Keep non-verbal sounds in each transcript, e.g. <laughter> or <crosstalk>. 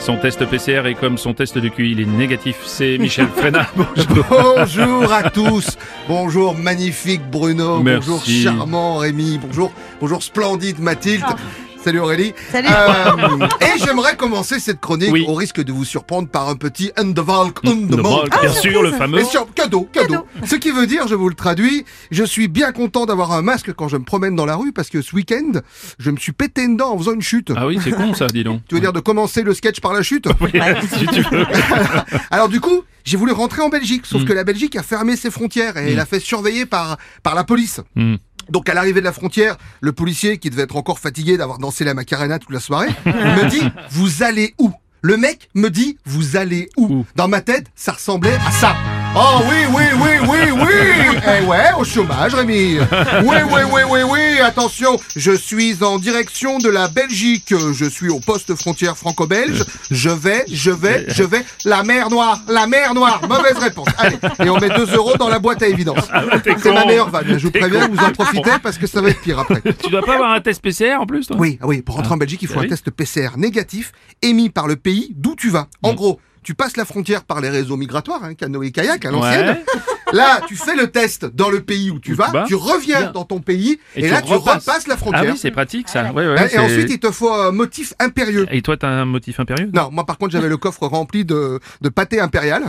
Son test PCR et comme son test de QI il est négatif, c'est Michel <laughs> Frenat. Bonjour. Bonjour à tous. Bonjour magnifique Bruno. Merci. Bonjour charmant Rémi. Bonjour, bonjour splendide Mathilde. Salut Aurélie. Salut. Euh, et j'aimerais commencer cette chronique Oui. au risque de vous surprendre par un petit Undervalk Normal, bien sûr, le fameux. Ah. et sur- cadeau, cadeau. Ce qui veut dire, je vous le traduis, je suis bien content d'avoir un masque quand je me promène dans la rue parce que ce week-end, je me suis pété une dent en faisant une chute. Ah oui, c'est con ça, dis donc. Tu veux dire de commencer le sketch par <laughs> la chute si tu veux. <laughs> Mm. Alors du coup, j'ai voulu rentrer en Belgique, sauf que la Belgique a fermé ses frontières et l'a fait surveiller par par la police. Mm. Donc à l'arrivée de la frontière, le policier qui devait être encore fatigué d'avoir dansé la Macarena toute <laughs> la soirée, me dit "Vous allez où Le mec me dit "Vous allez où, Où Dans ma tête, ça ressemblait à ça. Oh oui, oui, oui, oui, oui Eh ouais, au chômage, Rémi <laughs> Oui, oui, oui, oui, oui, attention Je suis en direction de la Belgique, je suis au poste frontière franco-belge, je vais, je vais, je vais... La mer Noire La mer Noire Mauvaise réponse Allez, et on met 2 euros dans la boîte à évidence. Ah t'es C'est con. ma meilleure vanne, je vous T'es préviens, con. <laughs> vous en profitez parce que ça va être pire après. Tu dois pas avoir un test PCR en plus, toi <laughs> Oui, ah oui, pour rentrer en Belgique, il faut Ah un oui. test PCR négatif émis par le pays d'où tu vas. Mm. En gros, tu passes la frontière par les réseaux migratoires, hein, canoë et kayak à l'ancienne. Ouais. Là, tu fais le test dans le pays où tu Où tu vas, vas. tu reviens Bien. dans ton pays et, là tu repasses, la Ah frontière. oui, c'est pratique ça. Ouais, ouais, Hein, et c'est- Eh. ensuite, il te faut un motif impérieux. Et toi, t'as un motif impérieux Non, moi par contre j'avais le coffre rempli de, de pâté impérial.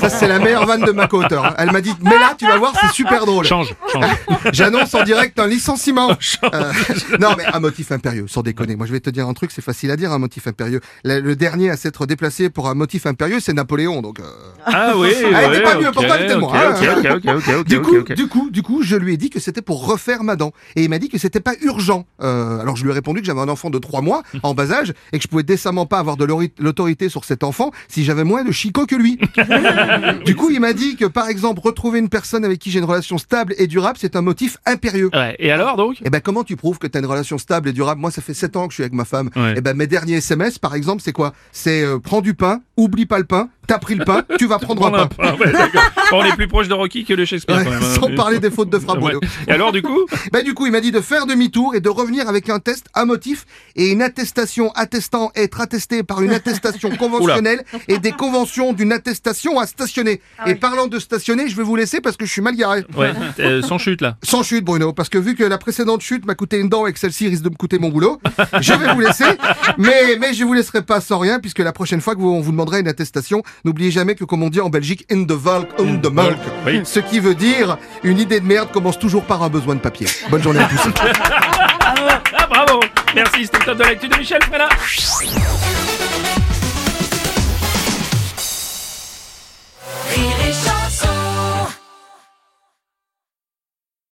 Ça c'est la meilleure vanne de ma co-auteur. hein. Elle m'a dit mais là tu vas voir c'est super drôle. Change, change. J'annonce en direct un <laughs> licenciement. Euh, non, mais un motif impérieux, sans déconner. Moi, je vais te dire un truc, c'est facile à dire, un motif impérieux. Le, le dernier à s'être déplacé pour un motif impérieux, c'est Napoléon. Donc, euh, Ah oui, Ah, t'es ouais, pas mieux, ok, pourtant, t'es ok, moi, hein. ok, ok, ok, ok, du ok, coup, ok. du coup, du coup, je lui ai dit que c'était pour refaire ma dent, et il m'a dit que c'était pas urgent. Euh, alors, je lui ai répondu que j'avais un enfant de trois <laughs> mois en bas âge et que je pouvais décemment pas avoir de l'ori- l'autorité sur cet enfant si j'avais moins de chicot que <laughs> lui. du coup, il m'a dit que, par exemple, retrouver une personne avec qui j'ai une relation stable et durable, c'est un motif impérieux. Ouais, et alors donc Eh ben comment tu prouves que tu as une relation stable et durable Moi ça fait 7 ans que je suis avec ma femme. Ouais. Eh ben mes derniers SMS par exemple, c'est quoi C'est euh, prends du pain, oublie pas le pain, t'as pris le pain, <laughs> tu vas prendre un pain. Ah ouais, d'accord. On est plus proche de Rocky que de Shakespeare Ouais, quand même. hein. <laughs> sans parler des fautes de frappe. Ouais. Bruno. Et alors du coup Ben du coup, il m'a dit de faire demi-tour et de revenir avec un test, un motif et une attestation attestant être attesté par <laughs> une attestation conventionnelle et des conventions d'une attestation à stationner. et parlant de stationner, je vais vous laisser parce que je suis mal garé. Ouais, euh, sans chute là. Sans chute, Bruno, parce que vu que la précédente chute m'a coûté une dent et que celle-ci risque de me coûter mon <laughs> boulot, je vais vous laisser. Mais, mais je vous laisserai pas sans rien, puisque la prochaine fois que vous, on vous demandera une attestation, n'oubliez jamais que, comme on dit en Belgique, in the valk, on the mulk. Oui. Ce qui veut dire, une idée de merde commence toujours par un besoin de papier. Bonne journée à tous. Ah bravo Merci, c'était le top de l'actu de Michel Fréla